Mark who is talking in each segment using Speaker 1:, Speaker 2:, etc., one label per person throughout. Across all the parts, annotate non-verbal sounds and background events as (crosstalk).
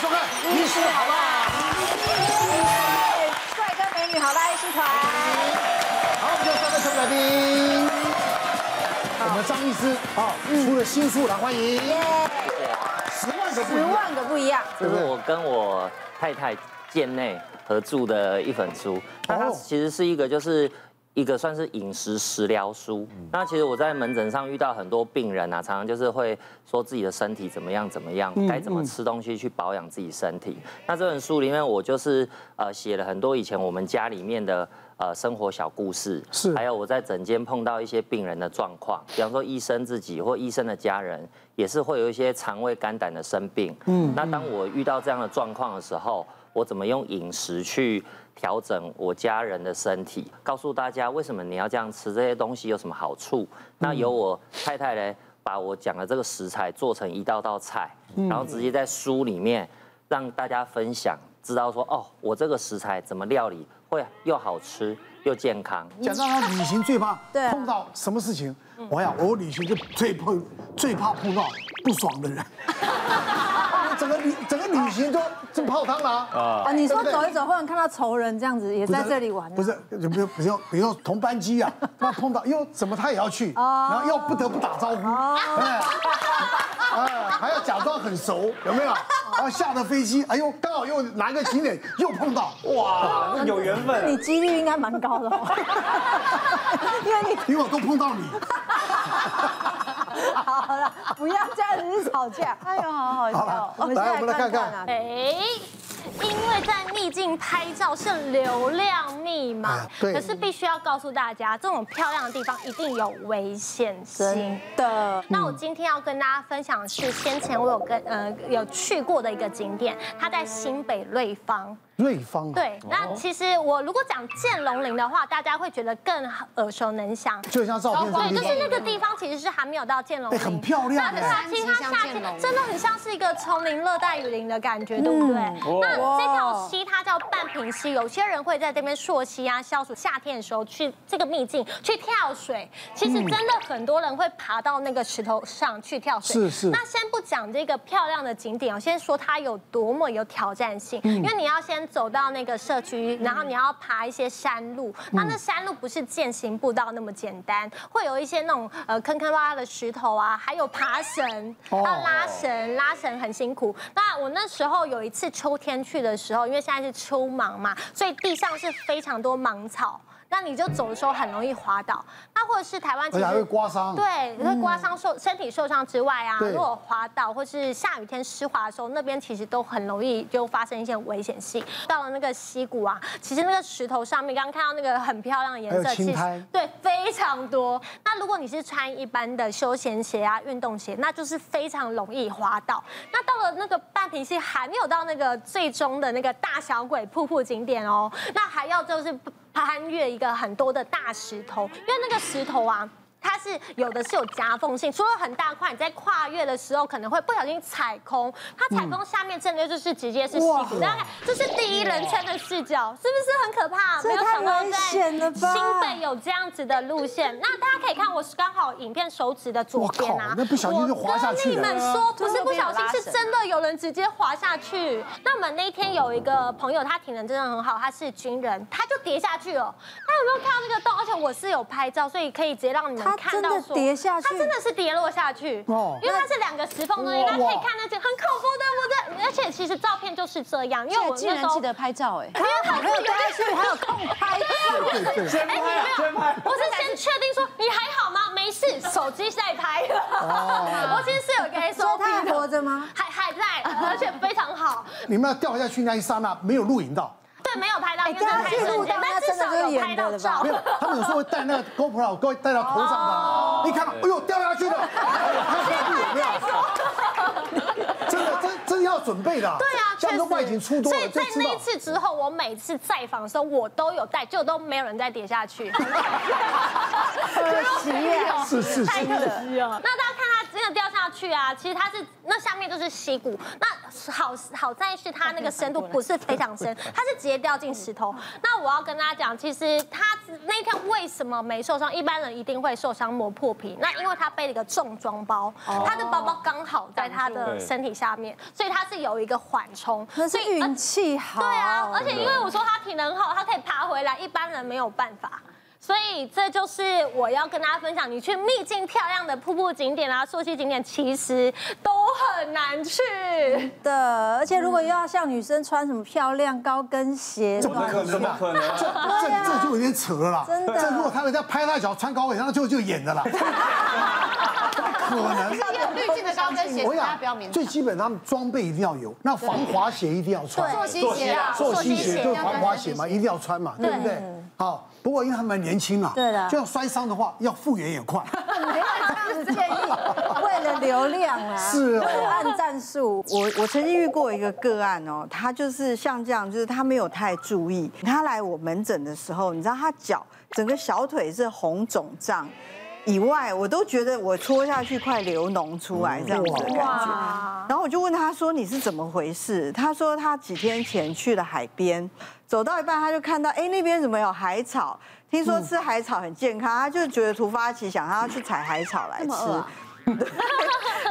Speaker 1: 收看《医师好啦》。
Speaker 2: 帅哥美女好啦，爱师团。
Speaker 1: 好，我们就三位特别来宾。我们张医师啊，出了新书了，欢迎。十万个不一啊
Speaker 2: 十
Speaker 1: 样
Speaker 2: 万个不一样，
Speaker 3: 这是我跟我太太贱内合著的一本书，那它其实是一个就是。一个算是饮食食疗书，那其实我在门诊上遇到很多病人啊，常常就是会说自己的身体怎么样怎么样，该怎么吃东西去保养自己身体。那这本书里面我就是呃写了很多以前我们家里面的呃生活小故事，
Speaker 1: 是
Speaker 3: 还有我在诊间碰到一些病人的状况，比方说医生自己或医生的家人也是会有一些肠胃肝胆的生病，嗯，那当我遇到这样的状况的时候，我怎么用饮食去调整我家人的身体？告诉大家为什么你要这样吃这些东西有什么好处？那由我太太呢，把我讲的这个食材做成一道道菜，然后直接在书里面让大家分享，知道说哦，我这个食材怎么料理会又好吃又健康。
Speaker 1: 讲到他旅行最怕
Speaker 2: 对
Speaker 1: 碰到什么事情，我想我旅行就最碰最怕碰到不爽的 (laughs) 人。我整个旅整个旅行都真泡汤了啊！
Speaker 2: 啊，你说
Speaker 1: 对不对
Speaker 2: 走一走，忽然看到仇人这样子，也
Speaker 1: 不是
Speaker 2: 在这里
Speaker 4: 啊
Speaker 2: 玩，
Speaker 1: 不是，就比如比如说比如说同班机
Speaker 4: (laughs)
Speaker 1: 啊，那碰到又怎么他也要去，
Speaker 4: 哦
Speaker 1: 然后又不得不打招呼，哎，哎，还要假装很熟，有没有？
Speaker 4: 哦
Speaker 1: 然后下了飞机，哎呦，刚好又哪一个景点又碰到，
Speaker 5: 哇，那有缘分。
Speaker 2: 你几率应该蛮高的哦，因为你
Speaker 1: 因为我都碰到你，
Speaker 2: 好了，不要这样子吵架，哎呦，好好
Speaker 1: 好了
Speaker 2: 笑。
Speaker 1: 来我们来看看
Speaker 2: 啊，
Speaker 4: 哎，因为在逆境拍照是流量密码
Speaker 1: 啊，对
Speaker 4: 可是必须要告诉大家，这种漂亮的地方一定有危险性
Speaker 2: 真。的，
Speaker 4: 那我今天要跟大家分享的是，先前我有跟呃有去过的一个景点，它在新北瑞芳。
Speaker 1: 瑞芳啊，
Speaker 4: 对，那其实我如果讲剑龙林的话，大家会觉得更耳熟能详。
Speaker 1: 就像照片上
Speaker 4: 对，
Speaker 1: 的
Speaker 4: 就是那个地方其实是还没有到剑龙
Speaker 1: 哎
Speaker 4: 林，
Speaker 1: 很漂亮哎
Speaker 4: 那可是它其实它夏天真的很像是一个丛林、热带雨林的感觉，对
Speaker 1: 嗯
Speaker 4: 不对？
Speaker 1: 哦
Speaker 4: 那这条溪它叫半平溪，有些人会在这边溯溪啊、消暑，夏天的时候去这个秘境去跳水。其
Speaker 1: 嗯
Speaker 4: 实真的很多人会爬到那个石头上去跳水。
Speaker 1: 是是
Speaker 4: 那先不讲这个漂亮的景点，我先说它有多么有挑战性，
Speaker 1: 嗯
Speaker 4: 因为你要先走到那个社区，然后你要爬一些山路。
Speaker 1: 嗯
Speaker 4: 那那山路不是践行步道那么简单，会有一些那种呃坑坑洼洼的石头啊，还有爬绳，还
Speaker 1: 哦
Speaker 4: 有拉绳，拉绳很辛苦。那我那时候有一次秋天去的时候，因为现在是秋芒嘛，所以地上是非常多芒草。那你就走的时候很容易滑倒，那或者是台湾
Speaker 1: 而
Speaker 4: 其实
Speaker 1: 且还会刮伤，
Speaker 4: 对，会刮伤受身体受伤之外啊，
Speaker 1: 对
Speaker 4: 如果滑倒或是下雨天湿滑的时候，那边其实都很容易就发生一些危险性。到了那个溪谷啊，其实那个石头上面，刚刚看到那个很漂亮的颜
Speaker 1: 还有
Speaker 4: 色，
Speaker 1: 青
Speaker 4: 其
Speaker 1: 苔
Speaker 4: 实对非常多。那如果你是穿一般的休闲鞋啊、运动鞋，那就是非常容易滑倒。那到了那个半平溪，还没有到那个最终的那个大小鬼瀑布景点哦，那还要就是攀越一个很多的大石头，因为那个石头啊。它是有的是有夹缝性，除了很大块，你在跨越的时候可能会不小心踩空，它踩空下面真的就是直接是溪谷，大概这是第一人称的视角，是不是很可怕？
Speaker 2: 这
Speaker 4: 没有想到
Speaker 2: 太危
Speaker 4: 在
Speaker 2: 险了吧
Speaker 4: 新北有这样子的路线，那大家可以看我刚好影片手指的左边
Speaker 1: 我靠
Speaker 4: 啊，
Speaker 1: 那不小心就滑下去了
Speaker 4: 我跟你们说，不
Speaker 2: 对啊
Speaker 4: 是不小心，是真的有人直接滑下去。那我们那一天有一个朋友，他体能真的很好，他是军人，他就跌下去了。他有没有看到那个洞？而且我是有拍照，所以可以直接让你们
Speaker 2: 他
Speaker 4: 看到
Speaker 2: 真的
Speaker 4: 说
Speaker 2: 跌下去
Speaker 4: 他真的是跌落下去。
Speaker 1: 哦
Speaker 4: 哦，因为它是两个石缝中间，大家可以看得见，很恐怖，对不对？而且其实照片就是这样，因为我那时候。
Speaker 2: 拍照哎，
Speaker 4: 因为他
Speaker 2: 没有掉下去，还有空 (laughs) 拍照，
Speaker 5: 先拍啊，先拍。
Speaker 4: 我是先确定说你还好吗？没事，手机在拍。我其实是有一个 S
Speaker 2: 哦说
Speaker 4: O P
Speaker 2: 他还活
Speaker 4: 的，
Speaker 2: 着吗？
Speaker 4: 还还在，而且非常好。
Speaker 1: 你们要掉下去那一刹那没有录影到，
Speaker 4: 对，没有拍到，因为真的
Speaker 2: 大家
Speaker 4: 太
Speaker 2: 去啊录
Speaker 4: 瞬间
Speaker 2: 到，
Speaker 4: 但至少有拍到照
Speaker 1: 没。有，他们有时候会戴那个 GoPro，会戴到头上
Speaker 4: 哦
Speaker 1: 的，一看到，哎呦，掉下去了，他下去有没有？真的，真真要准备的啊，
Speaker 4: 对啊，
Speaker 1: 像
Speaker 4: 确
Speaker 1: 这
Speaker 4: 实
Speaker 1: 外景出多
Speaker 4: 所
Speaker 1: 了
Speaker 4: 以
Speaker 1: 就
Speaker 4: 在
Speaker 1: 知
Speaker 4: 那
Speaker 1: 道
Speaker 4: 一。次之后，我每次再访的时候，我都有带，就都没有人再跌下去。
Speaker 2: 可惜耶
Speaker 1: 是是是
Speaker 4: 太可惜了。那大家看它这的掉下去啊，其实它是那下面就是溪谷，那好好在是它那个深度不是非常深，它是直接掉进石头。那我要跟大家讲，其实他那一天为什么没受伤？一般人一定会受伤磨破皮，那因为他背了一个重装包，他的包包刚好在他的身体下面，所以他是有一个缓冲，
Speaker 2: 那
Speaker 4: 所
Speaker 2: 是
Speaker 4: 以呃
Speaker 2: 运气好。
Speaker 4: 对啊，
Speaker 6: 哦
Speaker 4: 而且因为我说他体能好，他可以爬回来，一般人没有办法。所以这就是我要跟大家分享，你去秘境漂亮的瀑布景点啊、溯溪景点，其实都很难去。
Speaker 2: 的，而且如果
Speaker 7: 嗯
Speaker 2: 又要像女生穿什么漂亮高跟鞋，
Speaker 7: (laughs)
Speaker 1: 怎么可能
Speaker 5: 怎么
Speaker 1: 啊？
Speaker 5: 可能？
Speaker 1: 这
Speaker 4: 啊
Speaker 1: 这这就有点扯了啦！
Speaker 2: 真的
Speaker 1: 这如果他人家拍他脚穿高跟鞋，那就就演
Speaker 4: (laughs)
Speaker 1: 的啦。可能。
Speaker 7: 滤镜的高跟鞋，
Speaker 1: 我
Speaker 7: 大家不要明
Speaker 1: 想哎最基本他们装备一定要有，那防滑鞋一定要穿，
Speaker 7: 做新鞋啊，
Speaker 1: 做新鞋就是
Speaker 7: 要
Speaker 1: 防
Speaker 7: 穿
Speaker 1: 滑鞋嘛，一定要穿
Speaker 7: 嗯
Speaker 1: 嘛，对不对？好，不过因为他们年轻啊，
Speaker 2: 对的
Speaker 1: 就要摔伤的话，要复原也
Speaker 7: (laughs)
Speaker 1: 快。
Speaker 2: 没有这样子建议，为了流量啊，
Speaker 1: 是哦
Speaker 2: 为了按战术。
Speaker 6: 我我曾经遇过一个个案哦，他就是像这样，就是他没有太注意。他来我门诊的时候，你知道他脚整个小腿是红肿胀，以外我都觉得我戳下去快流脓出来这样子的感觉。
Speaker 7: 啊
Speaker 4: 哇，
Speaker 6: 然后我就问他说：“你是怎么回事？”他说他几天前去了海边，走到一半他就看到，哎，那边怎么有海草？听说吃海草很健康，他就觉得突发奇想，他要去采海草来
Speaker 7: 这么饿啊
Speaker 6: 吃。对 (laughs)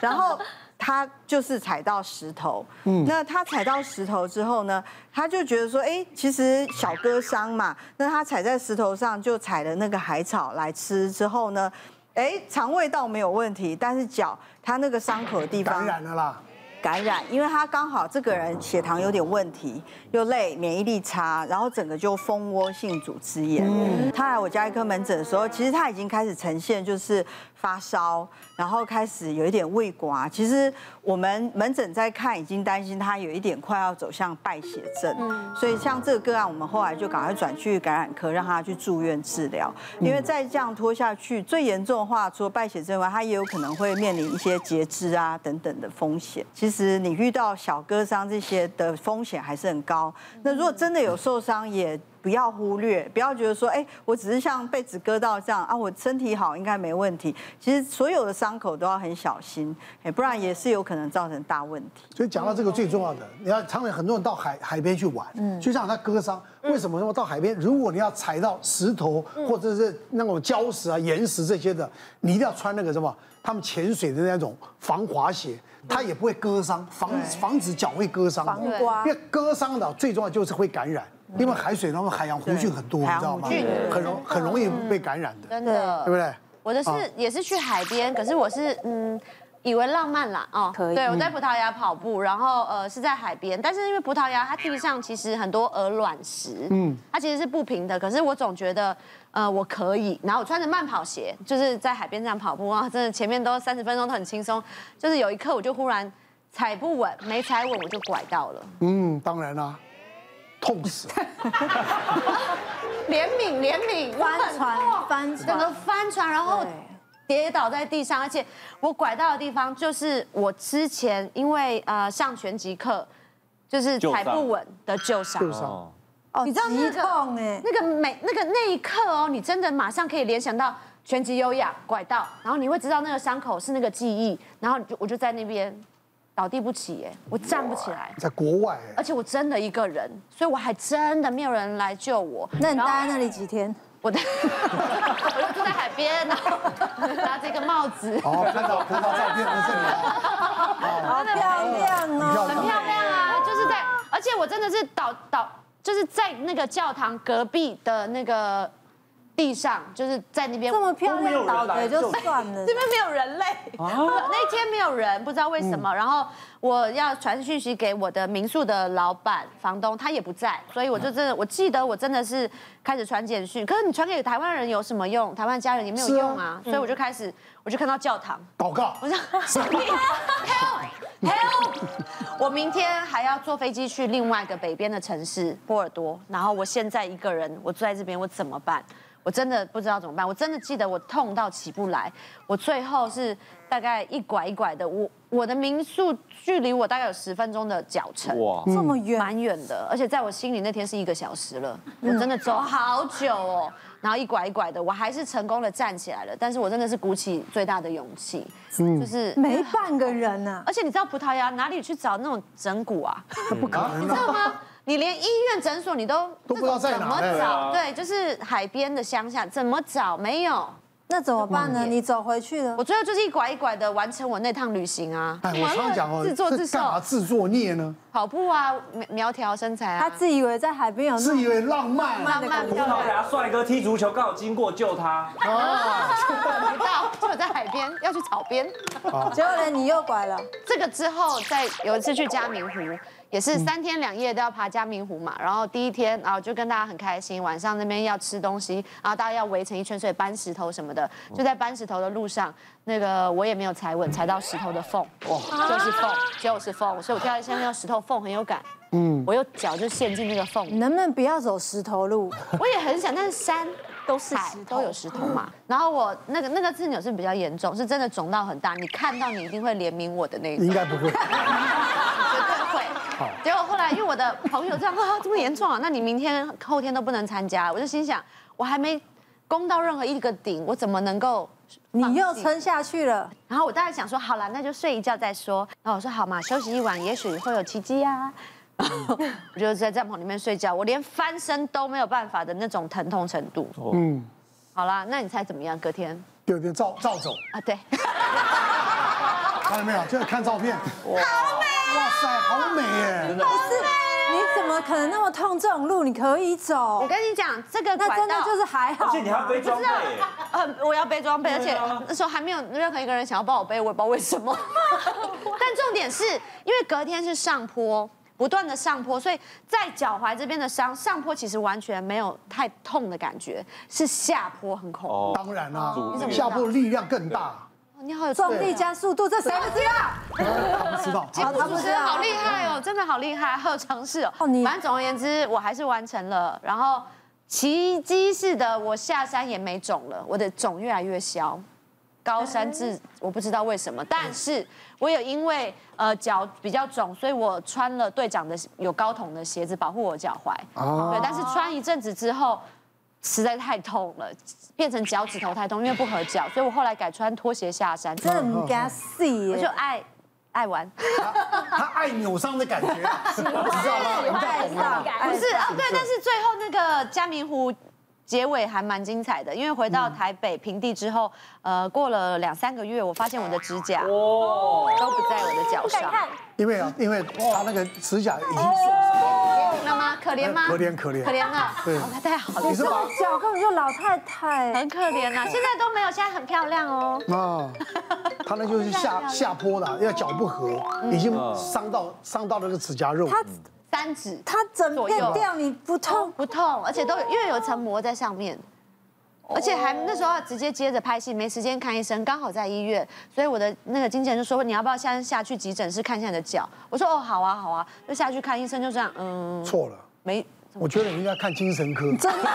Speaker 6: 然后他就是踩到石头，那他踩到石头之后呢，他就觉得说，哎，其实小割伤嘛，那他踩在石头上就采了那个海草来吃之后呢。哎，肠胃道没有问题，但是脚他那个伤口的地方
Speaker 1: 感染了啦，
Speaker 6: 感染，因为他刚好这个人血糖有点问题，又累，免疫力差，然后整个就蜂窝性组织炎。他来我家医科门诊的时候，其实他已经开始呈现就是发烧，然后开始有一点胃刮。其实我们门诊在看，已经担心他有一点快要走向败血症，所以像这个个案，我们后来就赶快转去感染科，让他去住院治疗，因
Speaker 8: 嗯
Speaker 6: 为再这样拖下去，最严重的话，除了败血症外，他也有可能会面临一些截肢啊等等的风险。其实你遇到小割伤这些的风险还是很高。那如果真的有受伤，也不要忽略，不要觉得说，哎，我只是像被子割到这样啊，我身体好应该没问题。其实所有的伤口都要很小心，哎，不然也是有可能造成大问题。
Speaker 1: 所以讲到这个最重要的，你要常常很多人到海海边去玩，就像他割伤，为什么说到海边，如果你要踩到石头或者是那种礁石啊、岩石这些的，你一定要穿那个什么，他们潜水的那种防滑鞋，它也不会割伤，防防止脚会割伤的，
Speaker 2: 防刮
Speaker 1: 因为割伤的最重要就是会感染。因为海水，然后海洋弧菌很多，你
Speaker 6: 对
Speaker 1: 知道吗？
Speaker 6: 海洋弧
Speaker 7: 菌
Speaker 1: 很容很容易被感染的，
Speaker 7: 真的，哦
Speaker 1: 对不对？
Speaker 7: 我的是
Speaker 1: 啊
Speaker 7: 也是去海边，可是我是嗯。以为浪漫啦，哦，
Speaker 2: 可以
Speaker 7: 对，我在葡萄牙跑步，然后呃是在海边，但是因为葡萄牙它地上其实很多鹅卵石，嗯，它其实是不平的，可是我总觉得呃我可以，然后我穿着慢跑鞋，就是在海边这样跑步啊，真的前面都三十分钟都很轻松，就是有一刻我就忽然踩不稳，没踩稳我就拐到了，
Speaker 1: 嗯，当然啦、痛死了。
Speaker 7: 怜悯怜悯，我
Speaker 2: 翻
Speaker 7: 很
Speaker 2: 船，翻
Speaker 7: 整个
Speaker 2: 船，
Speaker 7: 翻船，然后
Speaker 2: 对
Speaker 7: 跌倒在地上，而且我拐到的地方就是我之前因为呃上拳击课就是
Speaker 5: 旧伤
Speaker 7: 踩不稳的旧伤。
Speaker 1: 旧伤
Speaker 2: 哦，
Speaker 7: 你知道那
Speaker 2: 极
Speaker 7: 个
Speaker 2: 痛哎，
Speaker 7: 那个每那个那一刻哦，你真的马上可以联想到拳击优雅拐到，然后你会知道那个伤口是那个记忆，然后你就我就在那边倒地不起耶，我站不起来，
Speaker 1: 在国外、哎
Speaker 7: 而且我真的一个人，所以我还真的没有人来救我。
Speaker 2: 那你
Speaker 7: 然后
Speaker 2: 待在那里几天？
Speaker 7: 我的， (laughs) 我就坐在海边，然后拿着一个帽子， (laughs)
Speaker 1: 哦，看到看到照片了，这里啊。
Speaker 7: 哦
Speaker 2: 好漂亮哦，
Speaker 7: 很漂亮啊，就是在，而且我真的是倒倒，就是在那个教堂隔壁的那个地上，就是在那边
Speaker 2: 这么漂
Speaker 5: 都没有
Speaker 2: 亮倒
Speaker 5: 人
Speaker 2: 的
Speaker 5: 来
Speaker 2: 也就算了
Speaker 7: 这。边没有人类，那天没有人，不知道为什么。然后我要传讯息给我的民宿的老板、房东，他也不在，所以我就真的，我记得我真的是开始传简讯。可是你传给台湾人有什么用？台湾家人也没有用啊，所以我就开始，我就看到教堂，
Speaker 1: 祷告，
Speaker 7: 我想 help help，我明天还要坐飞机去另外一个北边的城市波尔多，然后我现在一个人，我坐在这边，我怎么办？我真的不知道怎么办，我真的记得我痛到起不来，我最后是大概一拐一拐的，我我的民宿距离我大概有十分钟的脚程。
Speaker 5: 哇，
Speaker 2: 这么远，
Speaker 7: 蛮远的，而且在我心里那天是一个小时了，我真的走好久哦，然后一拐一拐的，我还是成功的站起来了，但是我真的是鼓起最大的勇气，就是
Speaker 2: 没半个人啊呢、
Speaker 7: 而且你知道葡萄牙哪里去找那种整骨啊？
Speaker 1: 不可能
Speaker 7: 你
Speaker 1: 的
Speaker 7: 知。道吗？你连医院诊所你都
Speaker 1: 都不知道在哪
Speaker 7: 这种怎
Speaker 1: 对
Speaker 7: 么
Speaker 5: 啊
Speaker 7: 找？对，就是海边的乡下怎么找没有？
Speaker 2: 那怎么办呢？你走回去了
Speaker 7: 我，最后就是一拐一拐的完成我那趟旅行啊，
Speaker 1: 哎，我常讲哦，
Speaker 7: 自作自
Speaker 1: 这
Speaker 7: 受
Speaker 1: 干，嘛自作孽呢？
Speaker 7: 跑步啊，苗苗条身材啊，
Speaker 2: 他自以为在海边有那
Speaker 1: 自以为浪漫
Speaker 7: 浪漫
Speaker 5: 葡
Speaker 7: 漂
Speaker 5: 萄
Speaker 7: 亮。
Speaker 5: 牙帅哥踢足球，刚好经过救他，
Speaker 1: 啊！
Speaker 7: 没到，就在海边，要去草边。
Speaker 2: 结果呢，你又拐了，
Speaker 7: 这个之后，在有一次去嘉明湖，也是三天两夜都要爬嘉明湖嘛。然后第一天，然后就跟大家很开心，晚上那边要吃东西，然后大家要围成一圈，所以搬石头什么的。就在搬石头的路上，那个我也没有踩稳，踩到石头的缝，就是缝，就是缝，所以我跳一下那个石头缝很有感。嗯，我用脚就陷进那个缝
Speaker 2: 你能不能不要走石头路？
Speaker 7: 我也很想，但是山都是石头，都有石头嘛。然后我那个那个字扭是比较严重，是真的肿到很大，你看到你一定会怜悯我的那一种，
Speaker 1: 应该不会，
Speaker 7: 绝对会。结果后来因为我的朋友这样啊这么严重啊，那你明天后天都不能参加，我就心想我还没攻到任何一个顶，我怎么能够？
Speaker 2: 你又撑下去了，
Speaker 7: 然后我大概想说，好了，那就睡一觉再说。然后我说好嘛，休息一晚，也许会有奇迹啊。我就在帐篷里面睡觉，我连翻身都没有办法的那种疼痛程度。
Speaker 1: 嗯，
Speaker 7: 好啦，那你猜怎么样？隔天
Speaker 1: 第二天照照走，
Speaker 7: 啊， (laughs) 对，
Speaker 1: 看到没有？就是看照片，好
Speaker 7: 啊
Speaker 1: 美，哇塞，好美耶！
Speaker 2: 不是？你怎么可能那么痛？这种路你可以
Speaker 7: 我
Speaker 2: 走，
Speaker 7: 跟你讲，这个
Speaker 2: 那真的就是还
Speaker 5: 而
Speaker 2: 好
Speaker 5: 且。你还要背装备耶，
Speaker 7: 呃，我要背装备，而
Speaker 5: 对
Speaker 7: 且
Speaker 5: 啊
Speaker 7: 那时候还没有任何一个人想要帮我背，我也不知道为什
Speaker 5: (laughs)
Speaker 7: 么。但重点是因为隔天是上坡，不断的上坡，所以在脚踝这边的伤，上坡其实完全没有太痛的感觉，是下坡很恐怖。哦
Speaker 1: 当然啦、下坡力量更大，
Speaker 7: 你好有
Speaker 2: 重
Speaker 5: 啊
Speaker 2: 力加速度，这
Speaker 7: 啊
Speaker 2: 谁不知道？
Speaker 1: 他不知道，
Speaker 7: 节目
Speaker 2: 他
Speaker 7: 主持人好厉害哦，真的好厉害，好有尝试啊哦。
Speaker 2: 哦你
Speaker 7: 反正总而言之，我还是完成了，然后奇迹似的，我下山也没肿了，我的肿越来越消。高山治我不知道为什么，哎嗯但是我有因为呃脚比较肿，所以我穿了队长的有高筒的鞋子保护我脚踝。
Speaker 1: 哦
Speaker 7: 对，但是穿一阵子之后。实在太痛了，变成脚趾头太痛，因为不合脚，所以我后来改穿拖鞋下山。
Speaker 2: 这很敢死
Speaker 7: 我就
Speaker 2: 耶！
Speaker 7: 爱爱玩。
Speaker 1: 他爱扭伤的感觉，
Speaker 7: (laughs)
Speaker 1: 知道吗？你
Speaker 2: 爱
Speaker 1: 懂吗
Speaker 2: 上？
Speaker 4: 哎
Speaker 7: 不
Speaker 2: 爱
Speaker 7: 是哦，对，但是最后那个嘉明湖结尾还蛮精彩的，因为回到台北平地之后，呃，过了两三个月，我发现我的指甲
Speaker 5: 哦，
Speaker 7: 都不在我的脚
Speaker 4: 不敢
Speaker 7: 上，
Speaker 4: 看，
Speaker 1: 因为啊，因为他那个指甲已经受伤，
Speaker 7: 看到吗？可怜吗？
Speaker 1: 哎可怜可怜
Speaker 7: 哦可怜啊！
Speaker 1: 对
Speaker 7: 哦，那太好了
Speaker 1: 你，是把
Speaker 2: 脚根本就老太太，
Speaker 7: 很可怜啊！现在都没有，现在很漂亮哦。
Speaker 1: 啊，他那就是下下坡了，要脚不合，已经伤到伤到那个指甲肉。
Speaker 2: 她
Speaker 5: 嗯
Speaker 7: 三指
Speaker 2: 她整
Speaker 7: 左
Speaker 2: 片
Speaker 7: 右
Speaker 2: 掉你不痛，
Speaker 7: 不痛，而且都有因为有层膜在上面。而且还那时候直接接着拍戏，没时间看医生，刚好在医院，所以我的那个经纪人就说你要不要先下去急诊室看一下你的脚？我说哦好啊好啊，就下去看医生，就这样嗯
Speaker 1: 错了，
Speaker 7: 没
Speaker 1: 我觉得你应该看精神科，
Speaker 2: 真的。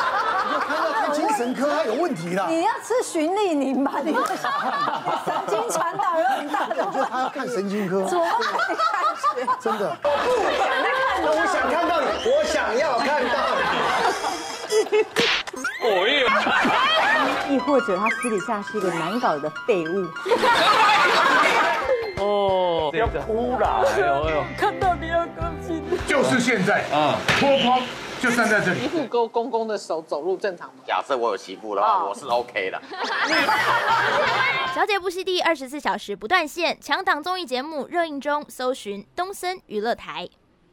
Speaker 1: 看到看精神科他有问题了，
Speaker 2: 你要吃循利宁吧？你的神经传导有很大的
Speaker 1: 我觉得他要看神经科，
Speaker 2: 左耳感觉。
Speaker 1: 真的。
Speaker 5: 我想看到你，我想要看到你。
Speaker 8: 亦或者他私底下是一个难搞的废物。
Speaker 5: 要哭了，哎呦哎呦，
Speaker 9: 就是现在，嗯，脱光就站在这里。
Speaker 10: 不勾公公的手走路正常吗？
Speaker 11: 假设我有媳妇的话，我是 OK 的。
Speaker 12: 小姐不息地二十四小时不断线，强档综艺节目热映中，搜寻东森娱乐台。